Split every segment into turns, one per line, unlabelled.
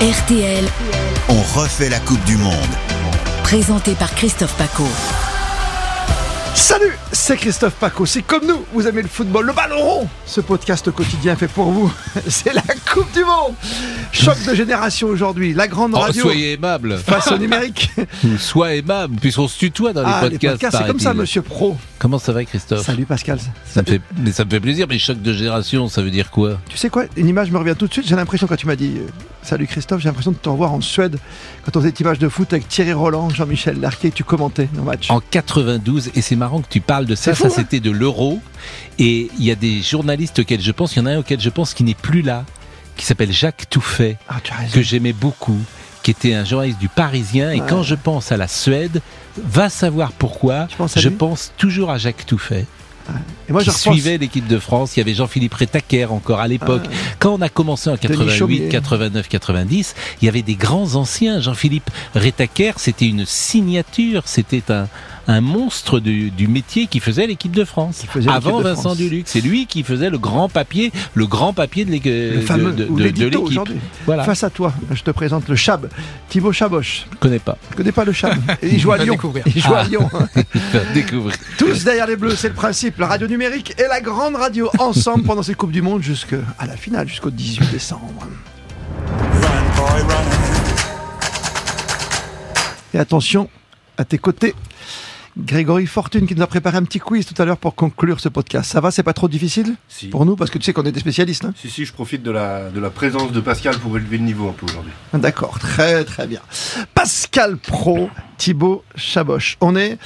RTL,
On refait la Coupe du Monde.
présenté par Christophe Paco.
Salut, c'est Christophe Paco. Si comme nous, vous aimez le football, le ballon rond, ce podcast quotidien fait pour vous, c'est la Coupe du Monde. Choc de génération aujourd'hui, la grande
Oh,
radio
soyez aimable.
face au numérique.
Sois aimable, puisqu'on se tutoie dans les
ah,
podcasts.
les podcasts, c'est comme ça,
paraît-il.
monsieur Pro.
Comment ça va, Christophe
Salut Pascal.
ça me fait, mais ça me fait plaisir, mais choc de génération, ça veut dire quoi
Tu sais quoi Une image me revient tout de suite. J'ai l'impression, quand tu m'as dit euh, salut Christophe, j'ai l'impression de te revoir en Suède quand on faisait cette image de foot avec Thierry Roland, Jean-Michel Larquet, tu commentais nos matchs.
En 92, et c'est marrant que tu parles de ça,
C'est fou,
ça
hein
c'était de l'euro, et il y a des journalistes auxquels je pense, il y en a un auquel je pense qui n'est plus là, qui s'appelle Jacques Touffet,
Ah, tu as raison.
que j'aimais beaucoup, qui était un journaliste du Parisien, et
Ouais.
quand je pense à la Suède, va savoir pourquoi,
Tu penses à
je
lui
pense toujours à Jacques Touffet.
Et moi,
qui
je repense.
suivait l'équipe de France. Il y avait Jean-Philippe Rétaquer encore à l'époque. Quand on a commencé en
Ah. Denis
88,
Chaumier.
89, 90, il y avait des grands anciens. Jean-Philippe Rétaquer, c'était une signature, c'était un, un monstre du, du métier qui faisait l'équipe de France.
Qui faisait l'équipe
Avant
de
Vincent
France.
Duluc, c'est lui qui faisait le grand papier, le grand papier de l'équ-
Le
de-
fameux
de-
ou
de- de
l'édito
l'équipe.
aujourd'hui.
Voilà,
Face à toi, je te présente le Chab, Thibaut Chaboche.
je connais pas.
Je connais pas le Chab. Et Il joue à Lyon. Il joue à
Ah.
Lyon.
Découvrir.
Tous derrière les bleus, c'est le principe. La radio numérique et la grande radio ensemble pendant cette Coupe du Monde jusqu'à la finale, jusqu'au 18 décembre. Et attention à tes côtés. Grégory Fortune qui nous a préparé un petit quiz tout à l'heure pour conclure ce podcast. Ça va, c'est pas trop difficile
Si.
pour nous parce que tu sais qu'on est des spécialistes. hein
Si, si, je profite de la, de la présence de Pascal pour élever le niveau un peu aujourd'hui.
D'accord, très très bien. Pascal Pro, Thibaut Chaboche. On est,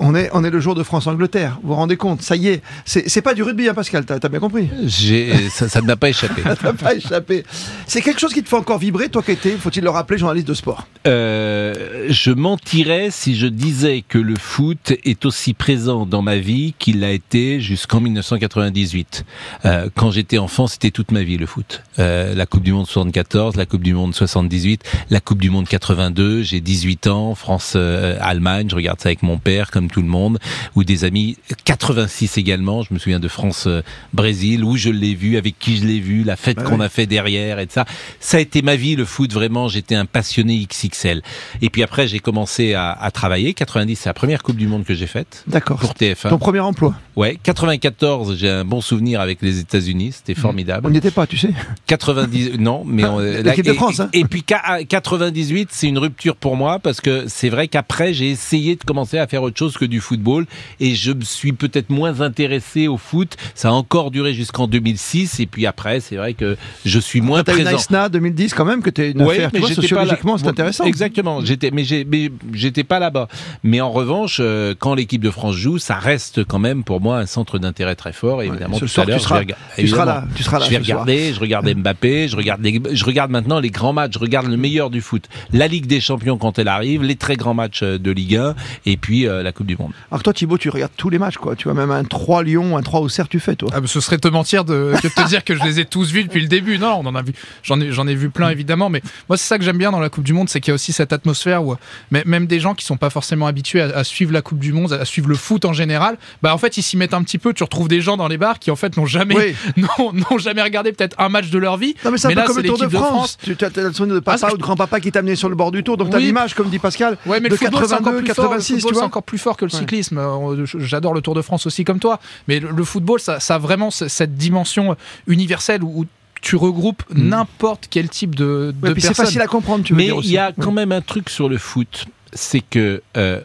on est, on est le jour de France-Angleterre. Vous vous rendez compte Ça y est, c'est c'est pas du rugby, hein, Pascal. T'as t'as bien compris
J'ai- Ça ça ne m'a pas échappé.
T'as pas échappé. C'est quelque chose qui te fait encore vibrer, toi qui étais, faut-il le rappeler, journaliste de sport.
Euh, je mentirais si je disais que le foot est aussi présent dans ma vie qu'il l'a été jusqu'en 1998. Euh, quand j'étais enfant, c'était toute ma vie le foot. Euh, la Coupe du Monde 74, la Coupe du Monde 78, la Coupe du Monde 82. J'ai 18 ans, France, euh, Allemagne. Je regarde ça avec mon père, comme tout le monde, ou des amis. 86 également. Je me souviens de France, euh, Brésil, où je l'ai vu, avec qui je l'ai vu, la fête
Bah
qu'on
oui.
a fait derrière et de ça. Ça a été ma vie, le foot, vraiment. J'étais un passionné XXL. Et puis après, j'ai commencé à, à travailler. 90, c'est la première Coupe du Monde que j'ai faite
D'accord.
pour TF1.
Ton premier emploi.
Ouais, 94, j'ai un bon souvenir avec les États-Unis, c'était
Mhm. On
formidable.
n'y était pas, tu sais.
90, non, mais on,
L'équipe
là,
de
et-
France, hein.
Et, puis ca- 98, c'est une rupture pour moi parce que c'est vrai qu'après j'ai essayé de commencer à faire autre chose que du football et je me suis peut-être moins intéressé au foot. Ça a encore duré jusqu'en 2006 et puis après, c'est vrai que je suis moins
T'as eu
présent.
Naïsna 2010 quand même, que t'es une
Ouais,
affaire. Tu vois,
j'étais pas là.
sociologiquement, c'est
Bon,
intéressant.
Exactement. J'étais, mais j'ai- mais j'étais pas là-bas. Mais en revanche, euh, quand l'équipe de France joue, ça reste quand même pour moi un centre d'intérêt très fort. Et évidemment,
ce
tout
soir,
à
tu
l'heure,
seras-
je vais rega-
tu seras
évidemment,
là, tu seras là
Je vais
ce soir. Hein.
regarder. Je regarde Mbappé. Je regarde, les- je regarde maintenant les grands matchs. Je regarde le meilleur du foot. La Ligue des Champions quand elle arrive, les très grands matchs euh, de Ligue 1 et puis euh, la Coupe du Monde.
Alors que toi, Thibaut, tu regardes tous les matchs, quoi. Tu vois, même un 3 Lyon, un 3 Auxerre, tu fais, toi.
Ah, mais ce serait te mentir de, que de te dire que je les ai tous vus depuis le début. Non, on en a vu. J'en ai, j'en ai vu plein évidemment, mais moi c'est ça que j'aime bien dans la Coupe du Monde, c'est qu'il y a aussi cette atmosphère où euh, mais- même des gens qui sont pas forcément habitués à, à suivre la Coupe du Monde, à suivre le foot en général, bah en fait ils s'y mettent un petit peu. Tu retrouves des gens dans les bars qui en fait n'ont jamais,
Oui.
n'ont, n'ont jamais regardé peut-être un match de leur vie.
Non mais c'est un peu
là,
comme le Tour de
l'équipe
France. Tu tu as, t'as le souvenir de papa
Ah, ça-
ou de grand-papa qui t'amenait sur le bord du tour. Donc t'as
Oui.
l'image, comme dit Pascal,
Ouais, mais
de
le football, c'est encore
82,
plus
86,
fort.
tu
Le football, c'est
vois.
encore plus fort que le
Ouais.
cyclisme. Euh, je- J'adore le Tour de France aussi, comme toi. Mais le, le football, ça, ça a vraiment ce- cette dimension universelle où, où tu regroupes n'importe quel type de, de
Mm. Ouais, puis c'est
personnes.
facile à comprendre, tu veux
Mais
dire aussi.
il y a quand même un truc sur le foot, c'est que euh,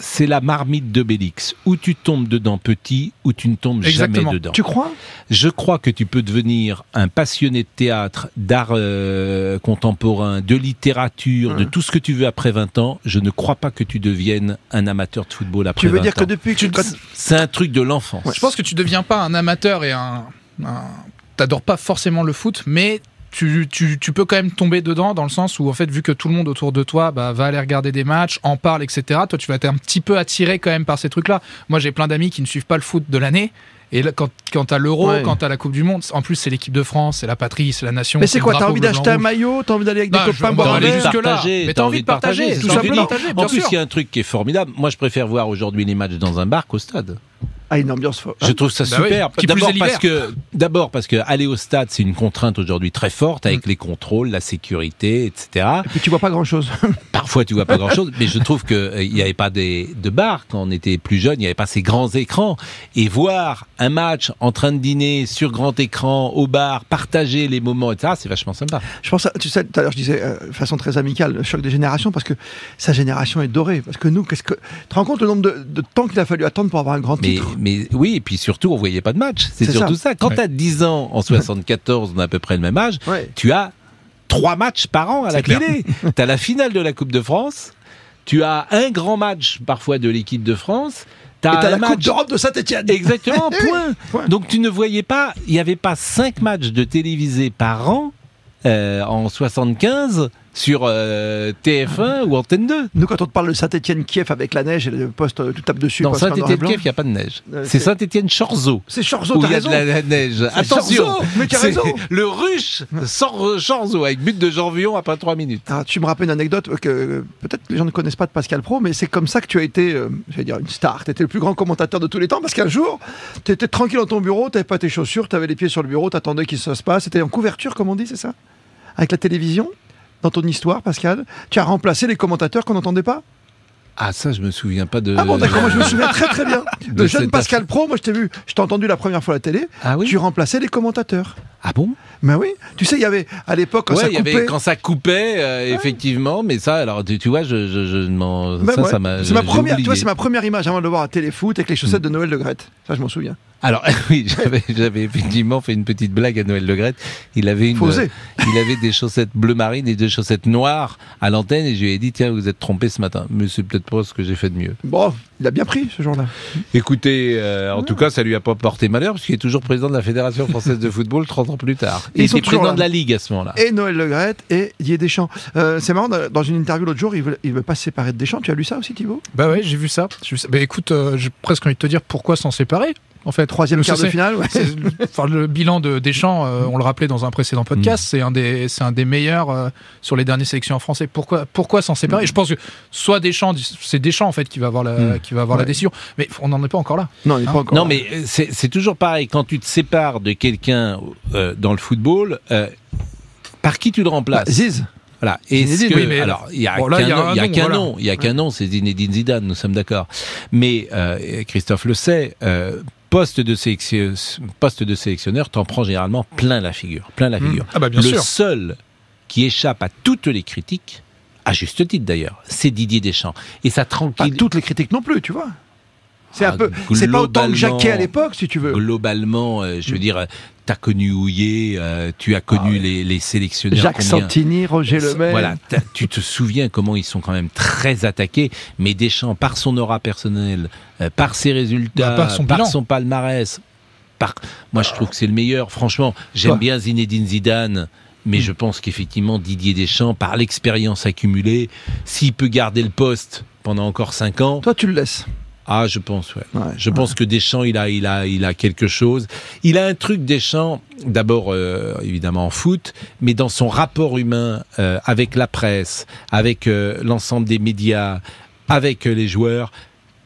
c'est la marmite de Bélix. Où tu tombes dedans petit, ou tu ne tombes
Exactement.
jamais dedans.
Tu crois
Je crois que tu peux devenir un passionné de théâtre, d'art euh, contemporain, de littérature,
Mmh.
de tout ce que tu veux après 20 ans. Je ne crois pas que tu deviennes un amateur de football après
Tu veux
20
dire que
ans.
depuis que
Tu-
quand-
C'est un truc de l'enfance.
Je pense que tu deviens pas un amateur et un. un- T'adores pas forcément le foot, mais. Tu, tu- tu peux quand même tomber dedans dans le sens où en fait vu que tout le monde autour de toi bah, va aller regarder des matchs, en parle etc. Toi tu vas être un petit peu attiré quand même par ces trucs là. Moi j'ai plein d'amis qui ne suivent pas le foot de l'année et là, quand quand t'as l'euro,
Ouais.
quand t'as la Coupe du Monde, en plus c'est l'équipe de France, c'est la patrie, c'est la nation.
Mais
le
c'est quoi T'as
drapeau
envie
bleu, blanc,
d'acheter un
rouge.
maillot T'as envie d'aller avec des
Non, je-
copains
on
boire
va
un
aller
verre
jusque- là.
partager,
Mais t'as envie de partager,
c'est
tout
ce que je
simplement.
dis.
Partager,
En
bien
plus,
sûr.
il y a un truc qui est formidable. Moi, je préfère voir aujourd'hui les matchs dans un bar qu'au stade.
à Ah, une ambiance forte.
Je trouve ça
Bah oui,
super.
qui plus
D'abord
est
parce que d'abord parce que aller au stade c'est une contrainte aujourd'hui très forte
Mmh.
avec les contrôles, la sécurité, etc.
Puis tu vois pas grand chose.
Parfois tu vois pas grand chose, mais je trouve que euh, il n'y avait pas des de bars quand on était plus jeune, il n'y avait pas ces grands écrans et voir un match en train de dîner sur grand écran au bar, partager les moments, etc. C'est vachement sympa.
Je pense, à- tu sais, tout à l'heure je disais euh, de façon très amicale, le choc des générations, parce que sa génération est dorée. Parce que nous, qu'est-ce que. Tu te rends compte le nombre de, de temps qu'il a fallu attendre pour avoir un grand
Mais,
titre
mais oui, et puis surtout on voyait pas de match. C'est
C'est
surtout ça. Quand
Ouais.
tu as 10 ans en 74, on a à peu près le même âge.
Ouais.
tu as trois matchs par an à la
C'est clair.
clé. tu as la finale de la Coupe de France, tu as un grand match parfois de l'équipe de France, tu
Et
as
t'as la
un
Coupe
Ah, match.
d'Europe de Saint-Etienne.
Exactement,
Eh oui,
point.
point.
Donc tu ne voyais pas, il n'y avait pas cinq matchs de télévisés par an euh, en 75 sur euh, TF1 ou Antenne 2.
Nous, quand on te parle de Saint-Etienne-Kiev avec la neige et le poste, euh, tu tapes dessus.
Dans
parce qu'en noir et blanc.
Saint-Étienne-Kiev, il n'y a pas de neige.
Euh,
C'est
c'est-
Saint-Étienne-Chorzo.
C'est Chorzo,
Où
t'as
il y a de
raison.
la, la neige.
C'est
Attention,
Chorzo, mais t'as
c'est
raison.
le ruche sans Chorzo avec but de Janvion après trois minutes.
Ah, tu me rappelles une anecdote euh, que euh, peut-être les gens ne connaissent pas de Pascal Pro, mais c'est comme ça que tu as été, euh, j'allais dire, une star. Tu étais le plus grand commentateur de tous les temps parce qu'un jour, tu étais tranquille dans ton bureau, tu pas tes chaussures, tu avais les pieds sur le bureau, tu attendais qu'il se passe. C'était en couverture, comme on dit, c'est ça Avec la télévision, dans ton histoire, Pascal, tu as remplacé les commentateurs qu'on n'entendait pas.
Ah ça, je me souviens pas de.
Ah bon, d'accord, moi je me souviens très très bien.
Euh, De
Le jeune
cette
Pascal Pro, moi je t'ai vu, je t'ai entendu la première fois à la télé,
Ah oui.
tu remplaçais les commentateurs.
Ah bon
Ben oui, tu sais, il y avait à l'époque quand
Ouais,
ça
il y avait
coupait. Ah
quand ça coupait euh, effectivement, mais ça, alors tu, tu vois, je, je, je ne m'en.
Ben
ça,
ouais.
ça m'a.
c'est ma
j'ai
première, tu
oublié.
vois,
Mm.
c'est ma première image avant de le voir à téléfoot avec les chaussettes de Noël de Grette. Ça, je m'en souviens.
Alors oui, j'avais, j'avais effectivement fait une petite blague à Noël Le Graët. Il avait une.
Faut oser.
il avait des chaussettes bleu marine et des chaussettes noires à l'antenne et je lui ai dit tiens vous êtes trompé ce matin. Mais c'est peut-être pas ce que j'ai fait de mieux.
Bon, il a bien pris ce jour-là.
Écoutez, euh, en tout cas, ça lui a pas porté malheur parce qu'il est toujours président de la Fédération française de football 30 ans plus tard.
Et ils
il
sont
était
toujours
président
là.
de la Ligue à ce moment-là.
Et Noël Le Graët et Didier Deschamps. Euh, c'est marrant, dans dans une interview l'autre jour, il veut, il veut pas se séparer de Deschamps. Tu as lu ça aussi, Thibaut
Bah ouais, j'ai vu ça. J'ai vu ça. Bah écoute, euh, j'ai presque envie de te dire pourquoi s'en séparer, en fait.
Troisième
Le
quart de
souci-
finale. ouais.
c'est- enfin, le bilan de Deschamps, euh, on le rappelait dans un
Mm.
précédent podcast, c'est un des, c'est un des meilleurs euh, sur les dernières sélections en français. Pourquoi, pourquoi s'en séparer Je pense que soit Deschamps, c'est Deschamps en fait qui va avoir la,
Mm.
qui va avoir la
Ouais.
décision. Mais on n'en est pas encore là.
Non, il est pas
Non,
encore.
Non, mais euh, c'est c'est toujours pareil. Quand tu te sépares de quelqu'un euh, dans le football, euh, par qui tu le remplaces
Bah, Ziz.
Voilà. Est-ce
Zinedine,
que,
oui, mais-
alors, il y a
Bon, là,
qu'un
il y a
nom,
un
il y a
nom,
qu'un
voilà.
nom, il y a qu'un nom, c'est Zinedine Zidane. Nous sommes d'accord. Mais euh, et Christophe le sait. euh, Poste de, sélection- poste de sélectionneur, t'en prends généralement plein la figure, plein la figure.
Ah bah bien
le
sûr.
seul qui échappe à toutes les critiques, à juste titre d'ailleurs, c'est Didier Deschamps. Et ça
Pas
tranquille.
toutes les critiques non plus, tu vois. C'est un
Ah,
peu. C'est pas autant que
globalement-
Jacquet à l'époque, si tu veux.
Globalement, euh,
Mmh.
je veux dire, euh, t'as connu Houillet, euh, tu as
Ah
connu les, les sélectionneurs.
Jacques
combien
Santini, Roger Lemaire.
Voilà, t'as- tu te souviens comment ils sont quand même très attaqués, mais Deschamps, par son aura personnelle, euh, par ses résultats,
Bah, par son bilan.
palmarès, par... moi je trouve que c'est le meilleur. Franchement, j'aime
Toi.
bien Zinedine Zidane, mais je pense qu'effectivement Didier Deschamps, par l'expérience accumulée, s'il peut garder le poste pendant encore 5 ans,
Toi, tu le laisses.
ah, je pense, ouais.
Ouais.
Je pense que Deschamps, il a, il a, il a quelque chose. Il a un truc Deschamps, d'abord euh, évidemment en foot, mais dans son rapport humain euh, avec la presse, avec euh, l'ensemble des médias, avec euh, les joueurs,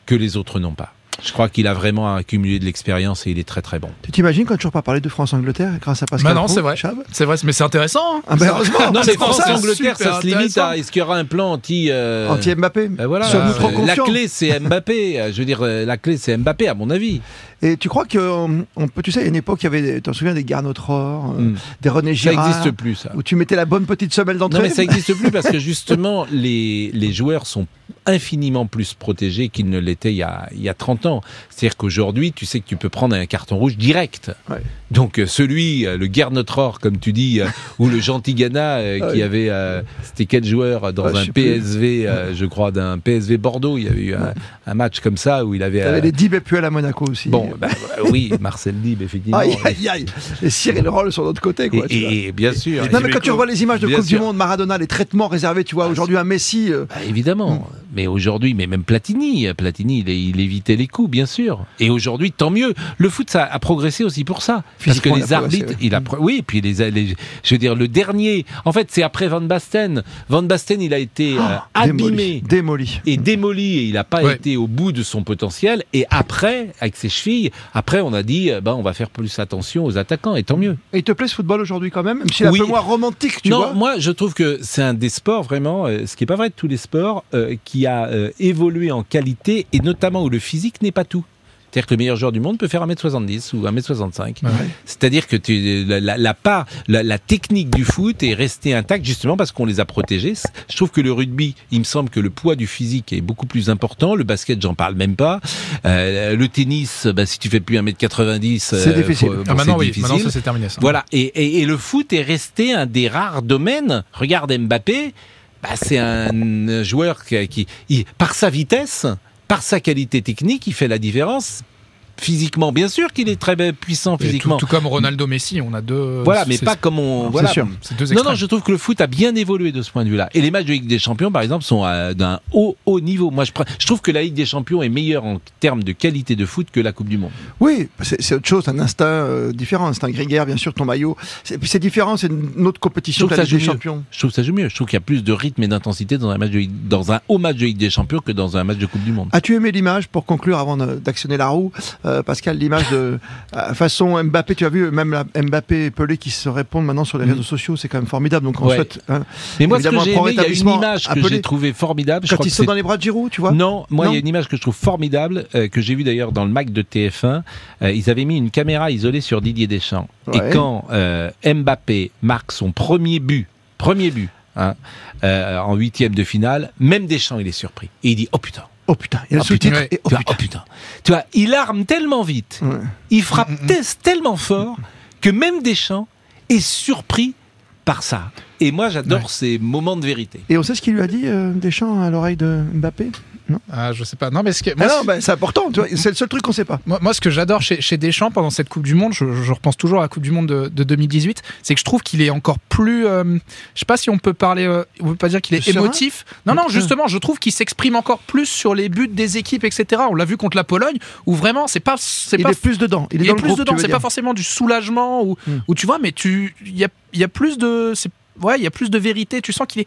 que les autres n'ont pas. Je crois qu'il a vraiment accumulé de l'expérience et il est très très bon.
Tu t'imagines qu'on n'a toujours pas parlé de France-Angleterre grâce à Pascal
Bah non,
Pro,
c'est vrai.
Chab
C'est vrai, mais c'est intéressant. hein.
Ah, bah, heureusement.
Non,
c'est
mais
pour
France
ça,
Angleterre,
super
ça se limite
intéressant.
à est-ce qu'il y aura un plan anti euh,
Anti-Mbappé.
ben voilà,
Sommes-nous
euh,
trop
la
confiants
clé c'est Mbappé. Euh, Je veux dire, euh, la clé c'est Mbappé à mon avis.
Et tu crois que euh, on peut, tu sais, il y a une époque, il y avait, des- t'en souviens des Garnot Tror, euh,
Mm.
des René
Ça
Girard,
n'existe plus ça.
où tu mettais la bonne petite semelle
Non,
d'entrée.
mais ça n'existe plus parce que justement, les, les joueurs sont infiniment plus protégés qu'ils ne l'étaient il, y a- il y a 30 ans. C'est-à-dire qu'aujourd'hui, tu sais que tu peux prendre un carton rouge direct.
Ouais.
Donc euh, celui, euh, le Guernotror, comme tu dis, euh, ou le Gentilgana, euh, qui
Ouais.
avait... euh, C'était quel joueur euh, dans
Ah Ouais, je
un
sais plus.
PSV, euh, je crois, d'un PSV Bordeaux, il y avait eu un, un match comme ça où il avait...
T'avais
euh,
les 10 Bépuel à Monaco aussi.
Bon, bah, oui, Marcel Dib, effectivement.
aïe, aïe, aïe. Et Cyril Roll sur l'autre côté,
Et,
quoi. tu vois.
et- et bien sûr,
non,
et
mais quand tu
Dimeco.
vois les images de
Bien
Coupe du
sûr. Ah,
Monde, Maradona, les traitements réservés, tu vois, aujourd'hui à Messi, euh,
Bah, évidemment. mais aujourd'hui, mais même Platini, Platini, il, il évitait les coups, bien sûr. Et aujourd'hui, tant mieux. Le foot, ça a progressé aussi pour ça, parce que
Physiquement, il
les
a progressé,
arbitres,
oui.
il a, pro- oui, puis les, les- je veux dire, le dernier. En fait, c'est après Van Basten. Van Basten, il a été euh, abîmé
Ah, Démoli. Mm. Démoli.
et démoli et il n'a pas
Ouais.
été au bout de son potentiel. Et après, avec ses chevilles, après on a dit, euh, ben, on va faire plus attention aux attaquants et tant mieux.
Et il te plaît ce football aujourd'hui quand même Même s'il est
Oui.
un peu moins romantique, tu
non,
vois
moi je trouve que c'est un des sports vraiment, euh, ce qui n'est pas vrai de tous les sports, euh, qui a euh, évolué en qualité et notamment où le physique n'est pas tout. C'est-à-dire que le meilleur joueur du monde peut faire 1m70 ou 1m65.
Ouais.
C'est-à-dire que tu, la, la, la part, la, la technique du foot est restée intacte justement parce qu'on les a protégés. C- Je trouve que le rugby, il me semble que le poids du physique est beaucoup plus important. Le basket, j'en parle même pas. Euh, le tennis, bah, si tu fais plus 1m90,
C'est difficile.
Ah, maintenant,
euh, c'est
oui,
difficile.
maintenant, ça c'est terminé. Ça.
Voilà, et, et- et le foot est resté un des rares domaines. Regarde Mbappé, bah, c'est un joueur qui, qui- il- par sa vitesse, par sa qualité technique, il fait la différence. Physiquement, bien sûr qu'il est très puissant
Et tout-
physiquement.
Tout, comme Ronaldo Messi, on a deux.
voilà, mais
c'est-
pas comme on.
c'est
Voilà.
sûr.
C'est deux
Non,
extrêmes.
non, je trouve que le foot a bien évolué de ce point de vue-là. Et les matchs de Ligue des Champions, par exemple, sont euh, d'un haut, haut niveau. Moi, je, pr- je trouve que la Ligue des Champions est meilleure en termes de qualité de foot que la Coupe du Monde.
Oui, c'est c'est autre chose, un instinct euh, différent, un instinct grégaire, bien sûr, ton maillot. C'est puis c'est différent, c'est une une autre compétition
Je
que
trouve
la
que ça
Ligue des
joue
Champions.
Je trouve que ça joue mieux. Je trouve qu'il y a plus de rythme et d'intensité dans un match de, Ligue- dans un haut match de Ligue des Champions que dans un match de Coupe du Monde.
As-tu aimé l'image, pour conclure avant de- d'actionner la roue, euh, Pascal, l'image de euh, façon Mbappé, tu as vu même la- Mbappé et Pelé qui se répondent maintenant sur les
Mm.
réseaux sociaux, c'est quand même formidable. Donc on
Ouais.
souhaite, hein,
Mais moi, ce que
Évidemment,
j'ai aimé, il
un
y a une
rétablissement
image que
appelé.
j'ai trouvée formidable. Je
quand
crois
ils
que
sont
c'est-
dans les bras de Giroud, tu vois
Non, moi, il
Non
y a une image que je trouve formidable, euh, que j'ai vue d'ailleurs dans le Mac de TF1. Euh, ils avaient mis une caméra isolée sur Didier Deschamps.
Ouais.
Et quand euh, Mbappé marque son premier but, premier but, hein, euh, en huitième de finale, même Deschamps, il est surpris. Et il dit, oh putain.
Oh putain, il y a le
Oh
sous-titre.
putain, ouais.
et Oh
tu vois,
putain.
Tu vois, il arme tellement vite,
Ouais.
il
Mm,
frappe te- tellement fort que même Deschamps est surpris par ça. Et moi, j'adore ces moments de vérité.
Et on sait ce qu'il lui a dit, euh, Deschamps, à l'oreille de Mbappé
Ah, je sais pas. Non, mais ce que-
Ah
moi,
non, bah, c'est important, tu vois, c'est le seul truc qu'on sait pas.
Moi, moi, ce que j'adore chez, chez Deschamps pendant cette Coupe du Monde, je, je repense toujours à la Coupe du Monde de, de 2018, c'est que je trouve qu'il est encore plus. euh, je sais pas si on peut parler. euh, on peut pas dire qu'il est
Serein
émotif. Non, non, justement, je trouve qu'il s'exprime encore plus sur les buts des équipes, etc. On l'a vu contre la Pologne, où vraiment, c'est pas. c'est
Il
pas
est plus dedans. Il est,
il
dans
est
le
plus
groupe,
dedans.
tu veux
C'est
dire.
pas forcément du soulagement ou,
Hmm.
ou tu vois, mais tu. Il y a, il y a plus de. c'est- Ouais, il y a plus de vérité. Tu sens qu'il est.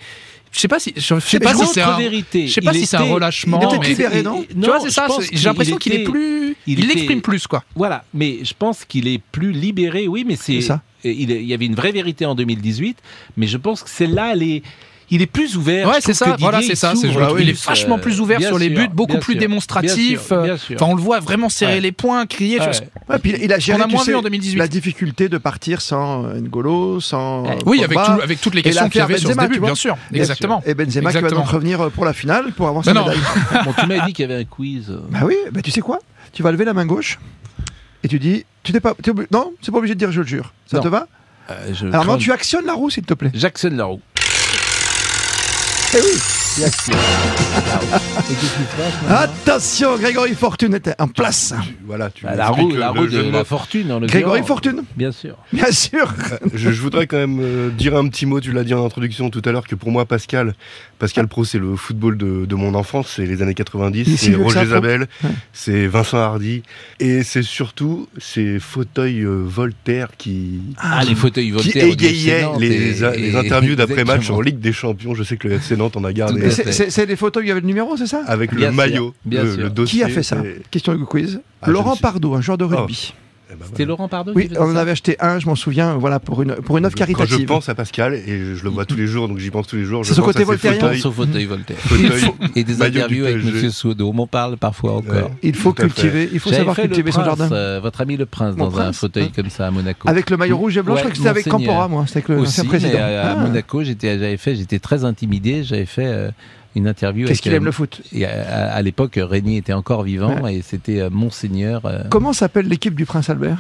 Je sais pas si. Je je sais
Mais
pas si
L'autre
c'est un.
vérité,
Je sais pas
il
si c'est un
était-
relâchement.
il était
mais-
libéré, non
Tu vois, c'est
je
ça.
pense
c'est- J'ai l'impression qu'il est
était-
plus.
il
Il
était-
l'exprime plus, quoi.
Voilà, mais je pense qu'il est plus libéré, oui, mais c'est
C'est ça.
et Il, est- il y avait une vraie vérité en 2018, mais je pense que celle-là, elle est, il est plus ouvert.
Ouais,
Je trouve
c'est ça,
que Didier,
voilà,
il
c'est ça,
s'ouvre
c'est- je le
Ah
trouve- il est
plus,
vachement plus ouvert
bien
sur les
sûr,
buts, beaucoup
bien
plus
sûr,
démonstratif, euh,
Bien sûr, bien sûr.
Enfin, on le voit vraiment serrer
Ouais.
les poings, crier. tu
Ouais.
vois, c'est-
Ouais, puis il a géré,
qu'on a
tu
moins
sais,
vu en 2018.
la difficulté de partir sans euh, N'Golo, sans. euh,
Eh, Oui, avec,
Pogba.
tout- avec toutes les
Et
questions qu'il y
l'affaire
avait sur ce
Benzema,
début,
tu vois.
bien sûr. Exactement.
Et Benzema qui va
Exactement.
donc revenir euh, pour la finale pour avoir
Mais
sa
non.
médaille.
Bon, tu m'avais dit qu'il y avait un quiz. euh,
Bah oui, bah tu sais quoi Tu vas lever la main gauche et tu dis. Tu t'es pas. t'es obli- non, c'est pas obligé de dire je le jure. Ça
Non.
te va
Euh, je
Alors non,
crains-
Bah, tu actionnes la roue s'il te plaît.
Jackson Laroux.
Eh oui.
Et qu'est-ce qui se passe
Ah, Attention, Grégory Fortune était en place.
Voilà, tu
Bah, La
m'expliques
roue,
le-
la
le
roue
jeu
de
de
la
mots.
fortune, en
Grégory
l'occurrence.
Fortune,
Bien sûr.
bien sûr.
je, je voudrais quand même euh, dire un petit mot. Tu l'as dit en introduction tout à l'heure que pour moi, Pascal, Pascal Pro, c'est le football de, de mon enfance. C'est les années 90,
Mais si
c'est
mieux que ça,
Roger
Pro.
Zabel,
Ouais.
c'est Vincent Hardy, et c'est surtout ces fauteuils euh, Voltaire qui,
Ah, les fauteuils
qui
Voltaire. au début,
égayaient
c'est
les,
Nantes et-
les
et-
interviews d'après-match
Exactement.
en Ligue des Champions. Je sais que le FC Nantes en
Tout
a
à
gardé
fait.
C'est- C'est c'est les photos où il y avait le numéro, c'est
Ah,
ça
avec
Bien sûr,
le maillot,
bien
le,
sûr.
le dossier.
Qui a fait ça
et-
Question du quiz.
Ah, je
Laurent
le sais.
Pardo, un joueur
Oh.
de rugby.
eh ben voilà.
C'était Laurent Pardo
Oui,
qui faisait
on en
ça
avait acheté un, je m'en souviens, voilà, pour une, pour une œuvre
Je- Quand je
caritative. Mm-hmm.
pense à Pascal, et je le vois tous les jours, donc j'y pense tous les jours. je
C'est son
pense
côté
à ses
voltairien.
fauteuils,
Pense au fauteuil Voltaire.
fauteuils.
Et des
Maillot
interviews
du
avec
PSG.
Monsieur Soudot. On m'en parle parfois encore.
Ouais.
Il faut
Tout à fait.
cultiver, il faut
J'avais
savoir
fait le
cultiver son
prince,
jardin.
euh, votre ami le prince
Mon
dans un
prince,
fauteuil
hein.
comme ça à Monaco.
Avec le maillot rouge et blanc,
Ouais,
je crois que c'était avec
Monseigneur.
Campora, moi, c'était avec le
aussi,
ancien président.
mais euh, à, à
Ah.
Monaco, j'étais, j'avais fait, j'étais très intimidé. J'avais fait euh, une interview.
Qu'est-ce qu'il aime le
avec,
foot
euh, et à, à l'époque, Régnier était encore vivant et c'était euh, Monseigneur. euh,
Comment s'appelle l'équipe du Prince Albert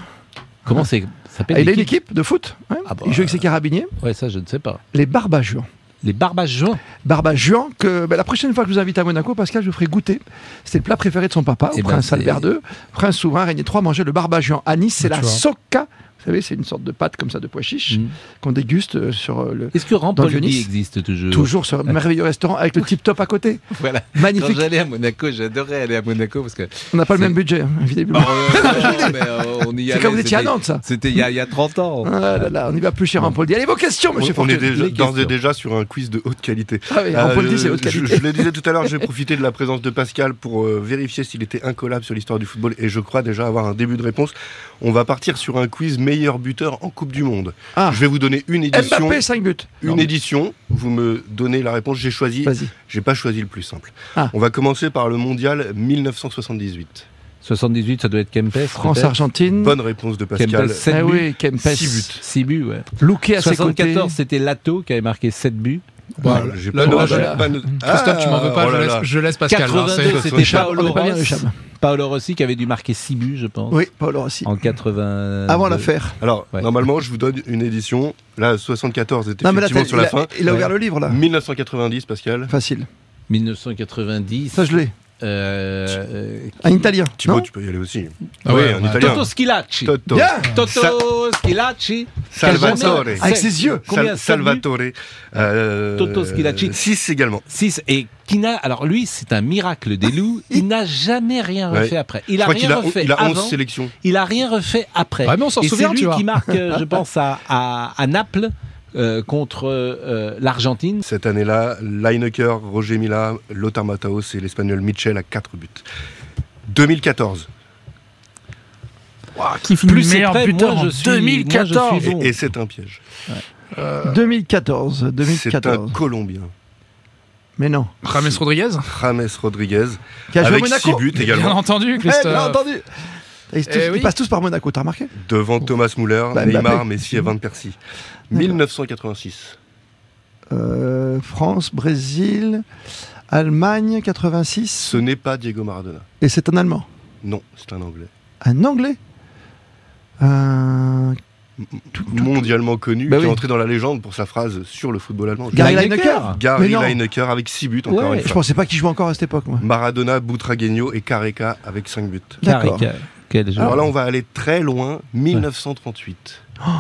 comment c'est ça s'appelle
Ah, Il a une
l'équipe
équipe de foot. hein
Ah bah,
il joue avec ses carabiniers.
Ouais, ça je ne sais pas.
Les Barbajuans.
Les Barbajuans.
Barbajuans, que bah, la prochaine fois que je vous invite à Monaco, Pascal, je vous ferai goûter. C'était le plat préféré de son papa,
Eh
au
ben,
Prince
c'est- Bah,
Albert II. Prince souverain, régné III, mangeait le Barbajuan. À Nice, c'est
Tu
la
vois.
Soca. Vous savez, c'est une sorte de pâte comme ça de pois chiche
Mm.
qu'on déguste euh, sur euh, le.
Est-ce que
Dans le
Rampoldi
Nice
existe
Mm.
toujours
Toujours ce merveilleux restaurant avec le tip top à côté.
Voilà. Quand
Magnifique.
j'allais à Monaco, j'adorais aller à Monaco parce que.
On n'a pas le
C'est-
même budget, hein,
Bon,
évidemment.
euh, non, mais, euh, on y
C'est
allait,
quand vous étiez à
c'était-
Nantes, ça.
C'était il y, a- il y a 30 ans.
Ah là là, on y va plus cher en Paul. Allez, vos questions, monsieur
on est
Fortune.
déjà,
les
d'ores et
questions.
déjà sur un quiz de haute qualité.
Ah oui,
Euh,
en Paul c'est haute
je- Je,
qualité.
le disais tout à l'heure, j'ai profité de la présence de Pascal pour euh, vérifier s'il était incollable sur l'histoire du football et je crois déjà avoir un début de réponse. On va partir sur un quiz meilleur buteur en Coupe du Monde.
Ah.
Je vais vous donner une édition.
Mbappé, 5 buts.
Une édition, vous me donnez la réponse, j'ai choisi,
Vas-y.
j'ai pas choisi le plus simple.
Ah.
On va commencer par le mondial 1978.
78, ça doit être Kempes.
France-Argentine.
Bonne réponse de Pascal.
Kempes, 7
Ah
buts.
oui, Kempes.
Six
6 Eh buts, ouais.
Louquet à ses côtés.
74, c'était Lato qui avait marqué 7 buts.
Bah,
J'ai
là,
pas-
là,
j'ai
je-
pas noté-
Christophe, tu m'en veux pas,
Ah, oh
je,
là
laisse,
là.
je laisse Pascal. hein,
82,
c'est-
c'était
Cham.
Paolo
On est pas bien,
Rossi.
Cham.
Paolo Rossi qui avait dû marquer 6 buts, je pense.
Oui, Paul Rossi.
Mmh.
En 80.
Avant l'affaire.
Alors,
Ouais.
normalement, je vous donne une édition. Là, 74 était
Non, mais là,
effectivement
t'as-
sur la
il a-
fin. Mm.
il a ouvert le livre, là.
1990, Pascal.
Facile.
1990.
Ça, je l'ai.
euh,
Un italien.
Thibaut,
Non
tu peux y aller aussi.
Ah
oui,
ouais,
en
bah,
italien.
Toto Schilacci.
Toto.
Bien
Sa-
Toto Schilacci.
Salvatore.
Jamais-
Avec ses yeux.
Combien
Sal- Salvatore. Euh,
Toto Schilacci.
6 également.
6 et qui n'a alors lui c'est un miracle des loups il n'a jamais rien
Ouais.
refait après il
Je
a
crois qu'il
rien
a,
refait
il a 11
avant
sélections.
il a rien refait après
Ouais, Ah, mais on s'en
et
souvient,
c'est lui
tu vois.
qui marque euh, je pense à, à, à Naples euh, contre euh, l'Argentine
Cette année-là, Lineker, Roger Mila, Lothar Matthaus et l'Espagnol Mitchell à 4 buts. 2014.
Qui finit
plus c'est
meilleur
près
buteur
moi je
en
suis
2014.
moi, je suis bon.
Et, et c'est un piège.
2014.
C'est un
2014.
Colombien.
Mais non.
Rames Rodriguez
James Rodriguez.
Qui a joué à
avec
Monaco.
6 buts
Bien
également.
entendu,
Eh, bien
Christophe.
entendu. Ils, tous-
Eh oui.
ils passent tous par Monaco, t'as remarqué
Devant Thomas Muller,
Bah,
Neymar,
Mbappé.
Messi et Van Persie. 1986.
Euh, France, Brésil, Allemagne, 86.
Ce n'est pas Diego Maradona.
Et c'est un Allemand.
Non, c'est un Anglais.
Un Anglais Euh, tout- tout-
Mondialement connu,
Bah
qui est
oui.
entré dans la légende pour sa phrase sur le football allemand.
Gary
Lineker.
Lineker
Gary
Mais non.
Lineker avec 6 buts encore
Ouais.
une
Je
fois.
pensais pas qu'il jouait encore à cette époque, moi.
Maradona, Boutragueño et Careca avec 5 buts.
D'accord.
Carrick, euh, quel joueur.
Alors là, on va aller très loin, 1938. Alors,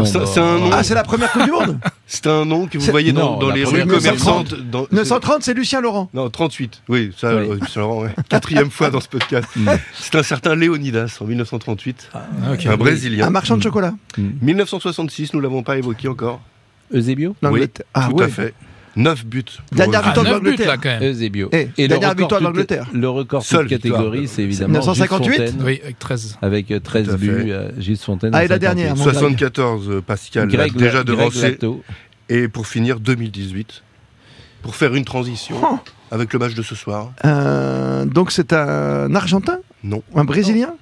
bon,
ça,
bah,
c'est un, nom-
Ah, c'est la première Coupe du Monde
c'est un nom que vous
C'est-
voyez dans,
Non,
dans
la
les rues
première-
commerçantes. dans-
930, c'est Lucien Laurent.
Non, 38. Oui, ça,
Oui.
euh, c'est vraiment, ouais. quatrième fois dans ce podcast.
Mm.
C'est un certain Léonidas en 1938,
Ah, ok.
un
oui.
Brésilien.
Un
Mm.
marchand de chocolat.
1966, nous l'avons pas évoqué encore.
Eusebio
L'Angleterre. ah,
Tout
ouais.
à fait. 9 buts. pour
Dernière
Eusebio.
Ah,
Victoire de
9 buts
l'Angleterre.
là quand même.
Eusebio
Et Eh, dernière victoire de
toute-
l'Angleterre.
le record
Seule
toute catégorie
victoire.
c'est évidemment Gilles
1958.
Fontaine,
Oui, avec 13.
avec euh, 13
Tout à fait.
buts euh, Gilles Fontaine
Ah,
en
et la dernière,
58.
mon
74, euh, Pascal l'a
Greg
déjà
La- Greg
devancé.
Lato.
Et pour finir, 2018, pour faire une transition
Oh.
avec le match de ce soir.
Euh, donc c'est un Argentin
Non,
Un Brésilien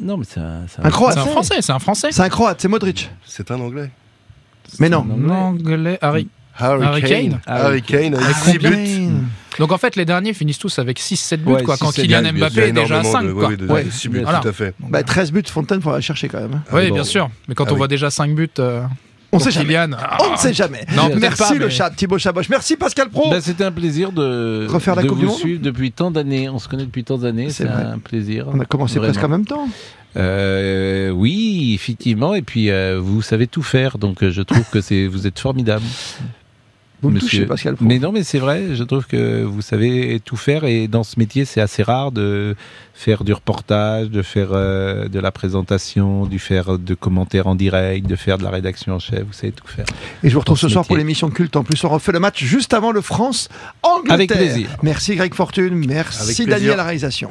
non mais c'est un, c'est un-
Un Croate
Ah. C'est un Français, c'est un Français.
C'est un Croate, c'est Modric.
c'est un Anglais.
Mais non.
Un Anglais, Harry. Harry Kane.
Harry Kane avec
Ah,
6 buts.
Kane.
Donc en fait, les derniers finissent tous avec 6-7 buts,
Ouais,
quoi. Quand
6-7
Kylian
buts,
Il y a
Mbappé est déjà à
énormément
5,
de-
quoi.
ouais, de-
Ouais.
6 buts,
Voilà.
tout à fait.
Bah, 13 buts, Fontaine, faudra le chercher quand même. hein.
Oui,
bon.
bien sûr. Mais quand
Ah
on
oui.
voit déjà 5 buts euh,
On
pour
sait jamais.
Kylian. ah,
On ne sait jamais.
Non, peut-être
Merci
pas,
le
mais-
chat, Thibaut Chaboche. Merci Pascal Pro.
Ben, c'était un plaisir de,
Refaire la
de
Coupe du
vous
Monde
suivre depuis tant d'années. On se connaît depuis tant d'années,
C'est
c'est
vrai.
un plaisir.
On a commencé
Vraiment.
presque en même temps.
Euh, oui, effectivement. Et puis, euh, vous savez tout faire, donc euh, je trouve que c'est vous êtes formidable.
Vous me
Monsieur.
touchez, Pascal Pro.
Mais non, mais c'est vrai. Je trouve que vous savez tout faire. Et dans ce métier, c'est assez rare de faire du reportage, de faire euh, de la présentation, du faire de commentaires en direct, de faire de la rédaction en chef. Vous savez tout faire.
Et je vous retrouve ce
Dans ce
soir pour
métier.
l'émission culte. En plus, on refait le match juste avant le France-Angleterre.
Avec plaisir.
Merci Greg Fortune,
Avec
merci
plaisir.
Daniel à la réalisation.